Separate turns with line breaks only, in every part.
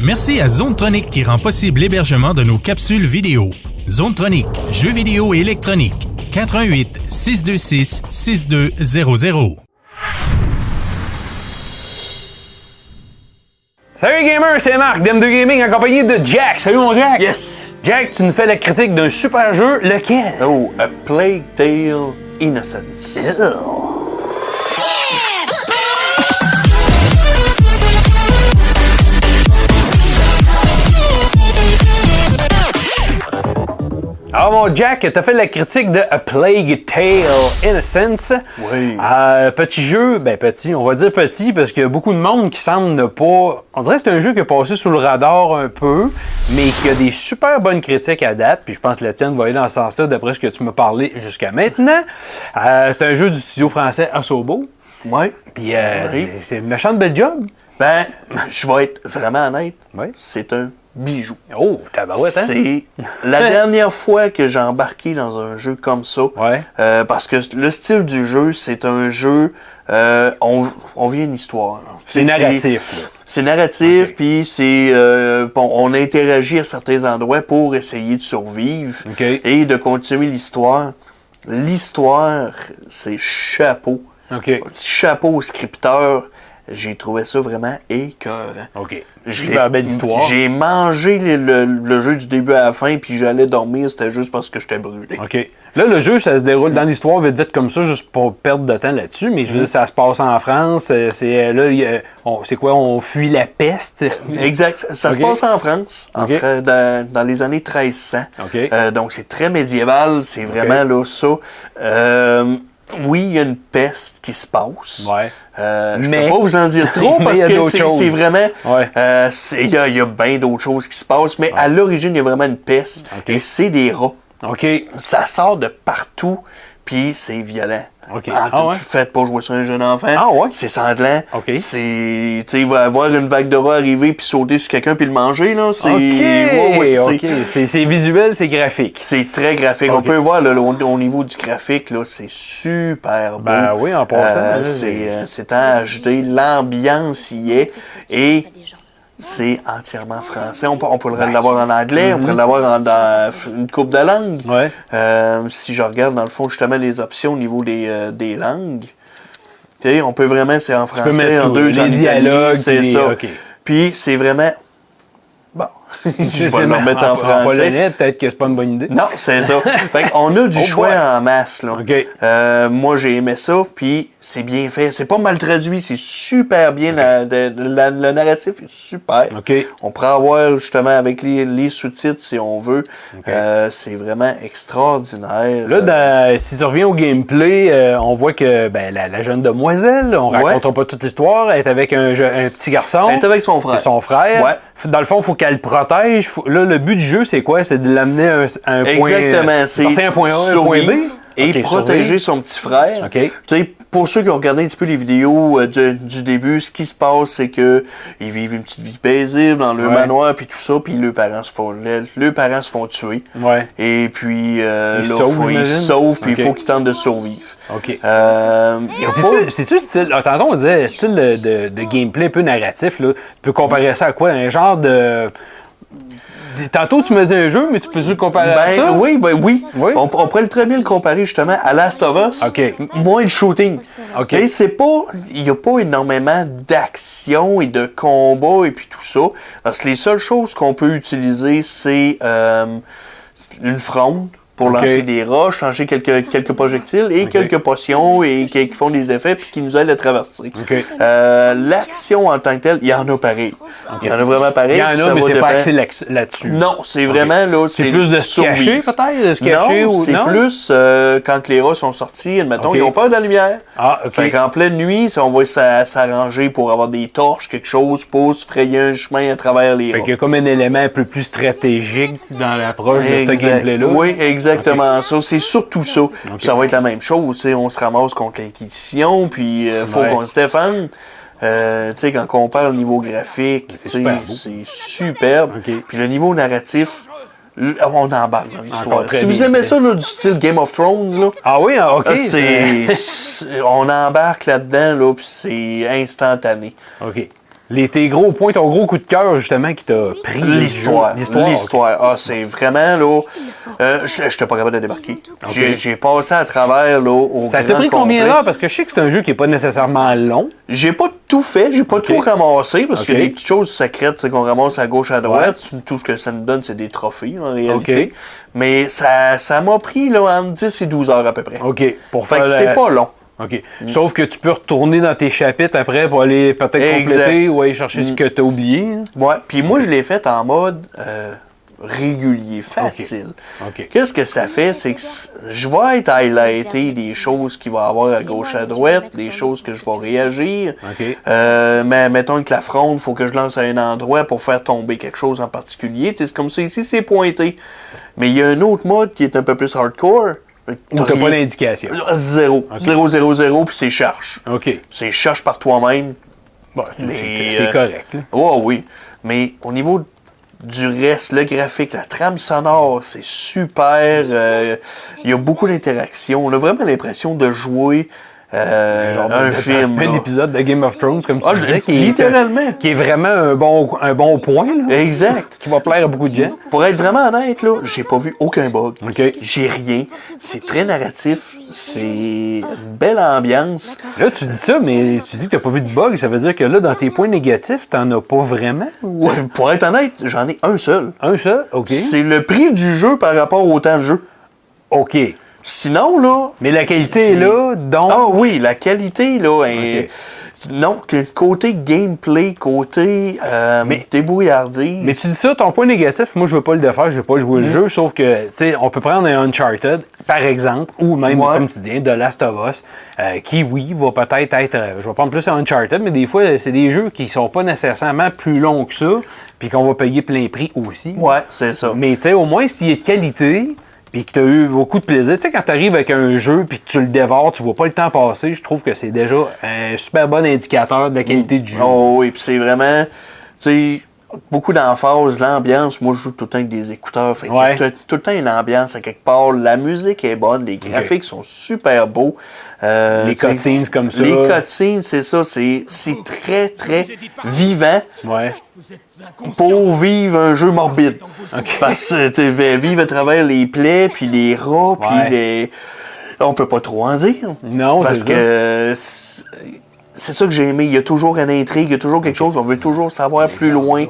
Merci à Zone Tronic qui rend possible l'hébergement de nos capsules vidéo. Zone Tronic, jeux vidéo et électronique. 88 626 6200.
Salut gamer, c'est Marc d'M2 Gaming accompagné de Jack. Salut mon Jack.
Yes!
Jack, tu nous fais la critique d'un super jeu, lequel
Oh, A Plague Tale Innocence.
Alors Ah, mon Jack, t'as fait la critique de A Plague Tale Innocence.
Oui.
Euh, petit jeu, ben petit, on va dire petit parce qu'il y a beaucoup de monde qui semble ne pas. On dirait que c'est un jeu qui est passé sous le radar un peu, mais qui a des super bonnes critiques à date. Puis je pense que la tienne va aller dans ce sens-là d'après ce que tu me parlais jusqu'à maintenant. Euh, c'est un jeu du studio français Asobo.
Ouais.
Puis euh,
Oui.
c'est- c'est une méchante belle job.
Ben, je vais être vraiment honnête.
Oui.
C'est un bijou.
Oh, tabarouette, hein?
C'est la dernière fois que j'ai embarqué dans un jeu comme ça.
Ouais.
Euh, parce que le style du jeu, c'est un jeu. euh, on, on vit une histoire.
C'est narratif, là.
C'est narratif, puis c'est euh, bon, on interagit à certains endroits pour essayer de survivre
OK.
et de continuer l'histoire. L'histoire, c'est chapeau.
OK.
Petit chapeau au scripteur. J'ai trouvé ça vraiment écœurant.
OK.
J'ai-
Super belle histoire.
J'ai mangé le, le- le jeu du début à la fin, puis j'allais dormir, c'était juste parce que j'étais brûlé.
OK. Là, le jeu, ça se déroule dans l'histoire vite vite comme ça, juste pour perdre de temps là-dessus. Mais je
Mm-hmm.
veux dire, ça se passe en France. euh, C'est euh, là, il y a- on- c'est quoi, on fuit la peste.
Exact. Ça se
Ok.
passe en France,
Ok.
entre- dans, dans les années 1300.
Ok.
Euh, donc, c'est très médiéval, c'est vraiment là ça. Euh, oui, il y a une peste qui se passe.
Ouais.
Euh, je
Mais-
peux pas vous en dire trop
Mais
parce
il y a
que
d'autres
c'est
choses.
c'est vraiment.
Ouais.
euh, c'est- Il y a, il y a bien d'autres choses qui se passent, mais à l'origine, il y a vraiment une peste
Ok.
et c'est des rats.
OK.
ça sort de partout, puis c'est violent.
Ok.
En
Ah
tout-
ouais?
Faites pas jouer sur un jeune enfant.
Ah ouais?
C'est sanglant.
Ok.
C'est, tu sais, il va avoir une vague de rats arriver puis sauter sur quelqu'un puis le manger là. C'est,
OK.
Ouais, ouais,
OK.
c'est-
C'est c'est visuel, c'est graphique.
c'est très graphique. On
Ok.
peut voir là, le- au, au niveau du graphique là, c'est super beau.
Ben oui, en passant,
Euh,
là,
c'est, euh, c'est en HD, l'ambiance y est et c'est entièrement français. On, peut- on
Ben.
pourrait l'avoir en anglais, on pourrait l'avoir en dans une coupe de langue.
Mm-hmm. Ouais.
Euh, si je regarde dans le fond justement les options au niveau des, euh, des langues, tu sais, on peut vraiment, c'est en français,
mettre
en
tout,
deux,
les
en italien,
dialogues,
c'est
puis les-
ça.
ok.
Puis c'est vraiment. Bon, je vais le
Justement,
remettre en, français.
polonais, peut-être que c'est pas une bonne idée.
Non, c'est ça. fait qu'on a du
Oh
choix
boy.
en masse. Là.
OK.
Euh, moi, j'ai aimé ça, puis c'est bien fait. C'est pas mal traduit, c'est super bien. la- de- la- le narratif est super.
OK.
On pourrait avoir justement avec les, les sous-titres si on veut. Euh, c'est vraiment extraordinaire.
Là, dans- si tu reviens au gameplay, euh, on voit que ben, la, la jeune demoiselle, on
Ouais.
raconte pas toute l'histoire, elle est avec un, je- un petit garçon.
Elle est avec son frère.
C'est son frère.
Ouais.
F- Dans le fond, il faut qu'elle le protège. Faut- Là, le but du jeu, c'est quoi? C'est de l'amener à un, à un point...
Exactement. C'est
partir d'un point A à un point B.
survivre Et
Ok,
protéger
survivre.
son petit frère.
Ok.
Tu sais, pour ceux qui ont regardé un petit peu les vidéos euh, de- du début, ce qui se passe, c'est que ils vivent une petite vie paisible dans leur
Ouais.
manoir, puis tout ça, puis leurs parents se font, le- leurs parents se font tuer.
Ouais.
Et puis, euh,
Ils
là,
sauvent,
faut- ils
j'imagine?
sauvent, puis il
Ok.
faut qu'ils tentent de survivre.
OK.
Euh, y a pas-
C'est-tu- C'est-tu style... ah, tantôt, on disait style de, de- de gameplay un peu narratif. Là. Tu peux comparer ça à quoi? Un genre de... de- Tantôt, tu me disais un jeu, mais tu peux le comparer à
Ben
ça?
oui, ben oui.
Oui.
On, on pourrait le très bien le comparer justement à Last of Us.
OK.
M- Moins le shooting.
OK.
Et c'est pas. Il n'y a pas énormément d'action et de combat et puis tout ça. Parce que les seules choses qu'on peut utiliser, c'est euh, une fronde pour lancer des roches, changer quelques, quelques projectiles et quelques potions et qui, qui font des effets puis qui nous aident à traverser.
OK.
Euh, L'action en tant que telle, il y en a pareil. Il y en a vraiment pareil.
Il y en
puis ça
a, mais
va
c'est pas
dépendre-
axé là- là-dessus.
non, c'est vraiment là.
C'est plus de se cacher,
survivre.
peut-être? De se cacher
non,
ou
c'est
non?
plus euh, quand que les rats sont sortis, admettons,
Ok.
ils ont peur de la lumière.
Ah, OK.
Fait qu'en pleine nuit, ça, on va s'a- s'arranger pour avoir des torches, quelque chose, pour se frayer un chemin à travers les
Fait
rats.
qu'il y a comme un élément un peu plus stratégique dans l'approche de ce
Exact.
gameplay-là.
Oui, exactement ça. C'est surtout ça. Puis Ça va être la même chose. tu sais, On se ramasse contre l'Inquisition, puis euh, faut
Ouais.
qu'on se défende. Euh, tu sais, quand on parle niveau graphique, tu sais,
super beau.
c'est superbe.
Ok.
Puis le niveau narratif, l- on embarque dans
Encore
l'histoire.
très
Si vous
bien
aimez
fait.
ça, là, du style Game of Thrones, là,
Ah oui, ah, OK.
ah, c'est- c'est- on embarque là-dedans, là, puis c'est instantané.
OK. les, tes gros points, ton gros coup de cœur, justement, qui t'a pris. le
L'histoire.
jeu. L'histoire.
L'histoire. Ah, c'est vraiment, là. Euh, je n'étais pas capable de débarquer. J'ai- J'ai passé à travers, là, au
Ça t'a
grand
pris combien
complet.
d'heures? Parce que je sais que c'est un jeu qui n'est pas nécessairement long.
J'ai pas tout fait, j'ai pas tout ramassé, parce qu'il y
Ok.
a des petites choses secrètes tu sais, qu'on ramasse à gauche, à droite. Tout ce que ça nous donne, c'est des trophées, en réalité.
Ok.
Mais ça ça m'a pris, là, entre 10 et 12 heures à peu près.
OK. Euh, Pour
Fait
faire
que
la-
c'est pas long.
OK. Sauf que tu peux retourner dans tes chapitres après pour aller peut-être
Exact.
compléter ou aller chercher ce que tu as oublié. hein.
Ouais, puis moi, je l'ai fait en mode euh, régulier, facile.
Ok.
Qu'est-ce que ça fait? C'est que s- je vais être highlighté des choses qu'il va y avoir à gauche, à droite, des choses que je vais réagir.
Ok.
Euh, mais mettons que la fronde, faut que je lance à un endroit pour faire tomber quelque chose en particulier. Tu sais, c'est comme ça ici, c'est pointé. Mais il y a un autre mode qui est un peu plus hardcore.
Ou t'as pas
rien-
d'indication.
Zéro. Zéro, zéro, zéro, puis c'est charge.
OK.
C'est charge par toi-même,
Bon, c'est- c'est
Mais,
c'est
euh,
correct. là.
Oh oui, mais au niveau du reste, le graphique, la trame sonore, c'est super. euh, Il y a beaucoup d'interactions. On a vraiment l'impression de jouer euh,
Genre
un
de-
film.
Un
là.
épisode de Game of Thrones, comme tu
Ah,
disais,
le-
qui est- euh,
littéralement.
qui est vraiment un bon, un bon point, là,
Exact.
qui va plaire à beaucoup de gens.
Pour être vraiment honnête, là, j'ai pas vu aucun bug.
OK.
J'ai rien. C'est très narratif. C'est une belle ambiance.
Là, tu dis ça, mais tu dis que t'as pas vu de bug. Ça veut dire que là, dans tes points négatifs, t'en as pas vraiment? ou-
Pour être honnête, j'en ai un seul.
Un seul? OK.
C'est le prix du jeu par rapport au temps de jeu.
OK.
Sinon, là,
Mais la qualité est là, donc...
Ah oui, la qualité, là. est- Non, que côté gameplay, côté euh,
Mais-
débrouillardise.
Mais tu dis ça, ton point négatif, moi je veux pas le défaire, je veux pas
Mhm.
jouer le jeu, sauf que, tu sais, on peut prendre un Uncharted, par exemple, ou même,
Ouais.
comme tu dis, The Last of Us, euh, qui, oui, va peut-être être, euh, je vais prendre plus un Uncharted, mais des fois, c'est des jeux qui sont pas nécessairement plus longs que ça, puis qu'on va payer plein prix aussi.
Ouais, c'est ça.
Mais tu sais, au moins, s'il est de qualité, puis que tu as eu beaucoup de plaisir, tu sais, quand tu arrives avec un jeu, puis que tu le dévores, tu vois pas le temps passer, je trouve que c'est déjà un super bon indicateur de la qualité du jeu.
Oh oui, puis c'est vraiment, tu sais, beaucoup d'emphase, l'ambiance. Moi, je joue tout le temps avec des écouteurs. Fait que
Ouais.
t'as tout le temps une ambiance à quelque part. La musique est bonne, les graphiques sont super beaux. Euh,
Les
tu sais,
cutscenes comme ça.
Les cutscenes, c'est ça. C'est c'est très, très vivant.
Ouais.
pour vivre un jeu morbide. Parce que tu sais, vivre à travers les plaies, puis les rats, puis
Ouais.
les... On peut pas trop en dire.
Non,
Parce
c'est
que c'est- c'est ça que j'ai aimé. Il y a toujours une intrigue, il y a toujours quelque chose. On veut toujours savoir plus loin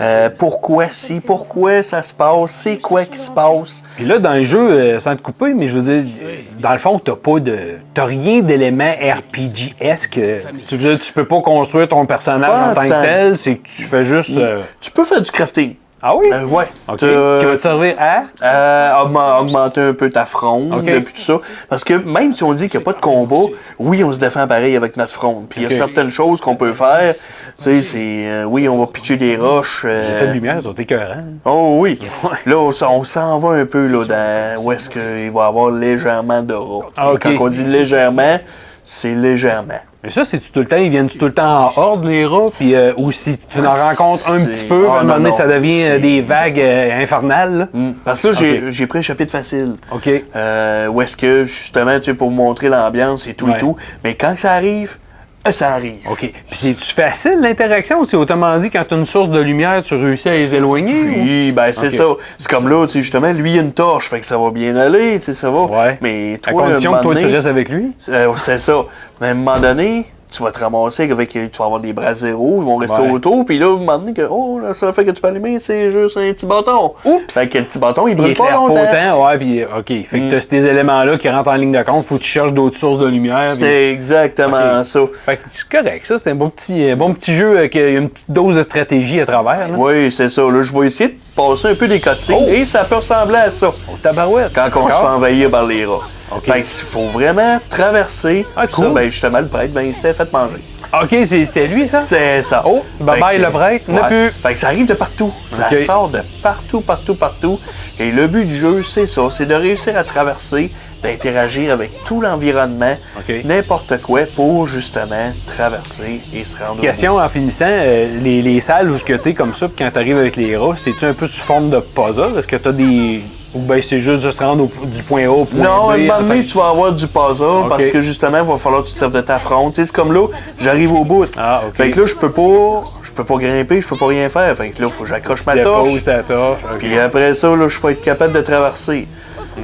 euh, pourquoi si, pourquoi ça se passe, c'est quoi qui se passe.
Puis là, dans le jeu, euh, sans te couper, mais je veux dire, euh, dans le fond, t'as pas de. T'as rien d'élément RPG-esque. euh, Tu veux dire, tu peux pas construire ton personnage
Pas
en tant
tant.
que tel, c'est que tu fais juste. euh,
Tu peux faire du crafting.
Ah oui?
Euh, ouais.
OK.
T'as-
Qui va te servir à.
Euh, augmen- augmenter un peu ta fronde,
Ok.
et puis tout ça. Parce que même si on dit qu'il n'y a pas de combat, oui, on se défend pareil avec notre fronde. Puis il
Ok.
y a certaines choses qu'on peut faire. Tu sais, c'est. euh, oui, on va pitcher des roches. euh,
T'as de lumière, c'est écœurant.
oh oui. Là, on, s'en- on s'en va un peu là, dans où est-ce qu'il va y avoir légèrement de rats.
Ah, ok.
Et Quand on dit légèrement, c'est légèrement.
Mais ça, c'est-tu tout le temps, ils viennent tout le temps en horde, les rats, puis euh, ou si tu en rencontres un
C'est-
petit peu,
Ah,
à un
non,
moment donné,
non.
ça devient euh, des vagues euh, infernales. là.
Mm. Parce que là, j'ai-
Ok.
j'ai pris un chapitre facile.
OK.
Euh, où est-ce que, justement, tu sais, pour vous montrer l'ambiance et tout
Ouais.
et tout. Mais quand que ça arrive, euh, ça arrive.
OK. Puis c'est-tu facile l'interaction ou c'est autrement dit, quand t'as une source de lumière, tu réussis à les éloigner? ou-
Oui, ben c'est
Ok.
ça. C'est comme là, tu sais, justement, lui, il a une torche, fait que ça va bien aller, tu sais, ça va.
Ouais.
Mais
À
toi,
condition
à un
que toi,
moment
tu
donné,
restes avec lui?
euh, c'est ça. Mais à un moment donné, tu vas te ramasser avec, tu vas avoir des bras zéro, ils vont rester
Ouais.
autour, puis là, à un moment donné, que, oh, la seule fois que tu peux allumer, c'est juste un petit bâton.
Oups!
Fait que le petit bâton, il
Il
brûle
est
pas
clair, pas
longtemps. Mm.
autant, ouais, puis euh, OK. Fait que t'as ces éléments-là qui rentrent en ligne de compte, faut que tu cherches d'autres sources de lumière. puis-
C'est exactement ça.
Fait que c'est correct, ça. C'est un bon petit, euh, bon petit jeu euh, qui a une petite dose de stratégie à travers. Là.
Oui, c'est ça. Là, je vais essayer de passer un peu des cutscenes,
Oh!
et ça peut ressembler à ça.
Tabarouette.
quand on se fait envahir par les rats.
Ok.
Fait qu'il faut vraiment traverser.
Ah,
Puis Ça,
cool.
ben, justement, le prêtre, ben, il s'était fait manger.
OK, c'est- c'était lui, ça?
C'est ça.
Oh, bye
Fait
bye,
que-
le prêtre, n'a plus.
Fait que ça arrive de partout. Ça
Ok.
sort de partout, partout, partout. Et le but du jeu, c'est ça. C'est de réussir à traverser d'interagir avec tout l'environnement,
OK.
n'importe quoi pour justement traverser et se rendre. au
Question en finissant, euh, les, les salles où ce que t'es comme ça, puis quand t'arrives avec les rats, c'est-tu un peu sous forme de puzzle? Est-ce que t'as des. Ou bien c'est juste de se rendre au- du point A au point
Non,
B?
à un moment
en
donné,
fait-
tu vas avoir du puzzle parce que justement, il va falloir que tu te serves de ta fronte. Tu sais, C'est comme là, j'arrive au bout.
Ah, ok.
Fait que là, je peux pas, je peux pas grimper, je peux pas rien faire. Fait que là, faut que j'accroche ma
Dépose
torche.
ta torche. ok.
Puis après ça, là, je vais être capable de traverser.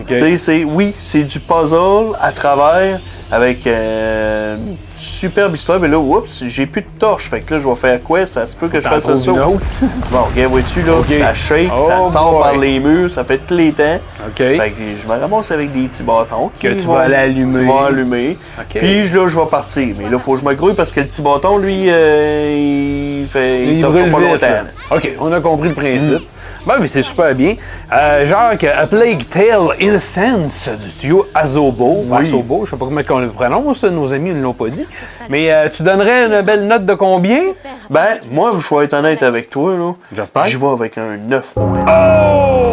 Ok.
Tu sais, c'est oui, c'est du puzzle à travers avec euh, une superbe histoire, mais là, oups, j'ai plus de torche. Fait que là, je vais faire quoi Ça se peut que je
T'en
fasse ça.
trouves une autre?
Bon, regarde, vois-tu, là,
Ok.
ça shake,
Oh
ça sort
boy.
par les murs, ça fait tous les temps.
OK.
Fait que je me ramasse avec des petits bâtons. qui
Que tu vas aller allumer.
Je vais allumer.
OK.
Puis je- là, je vais partir. Mais là, faut que je me grouille parce que le petit bâton, lui, euh, il fait. Il,
Il
t'offre
brûle
pas
vite,
longtemps. Hmm.
là. OK, on a compris le principe. Ben, mais c'est super bien. Euh, Jacques, A Plague Tale Innocence du studio Azobo. Azobo, je sais pas comment on le prononce, nos amis ne l'ont pas dit. Mais euh, tu donnerais une belle note de combien?
Ben, moi, je vais être honnête avec toi, là.
J'espère. Oh!
Je vais avec un 9 points.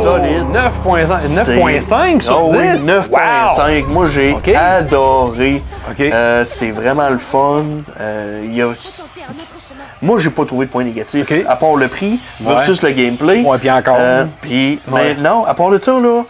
Solide.
9.5
C'est-
9.5 sur
Ah oui,
10?
9.5. Moi, j'ai
OK.
adoré.
OK.
Euh, c'est vraiment le fun. Euh, il y a- Moi, j'ai pas trouvé de point négatif.
OK.
À part le prix versus le gameplay. Euh,
Ouais, puis encore. Mm.
puis,
Ouais.
mais non, à part le ça, là,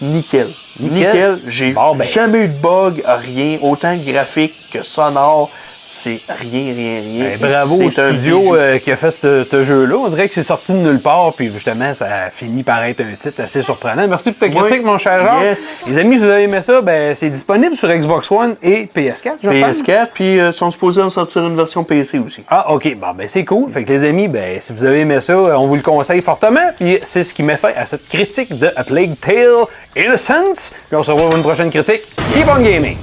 nickel.
Nickel.
Nickel. J'ai
Bon, ben.
jamais eu de bug, rien, autant graphique que sonore. C'est rien, rien, rien.
Ben, bravo
C'est
au
un bijou.
studio euh, qui a fait ce, ce jeu-là. On dirait que c'est sorti de nulle part, puis justement, ça finit par être un titre assez surprenant. Merci pour ta
Oui.
critique, mon cher Jacques.
Yes.
Les amis, si vous avez aimé ça, ben, c'est disponible sur Xbox One et PS4, je pense.
PS4, puis euh, ils sont supposés en sortir une version PC aussi.
Ah, OK. Bon, ben, c'est cool. Fait que les amis, ben, si vous avez aimé ça, euh, on vous le conseille fortement. Puis c'est ce qui met fin à cette critique de A Plague Tale Innocence. Puis on se revoit pour une prochaine critique. Keep on gaming!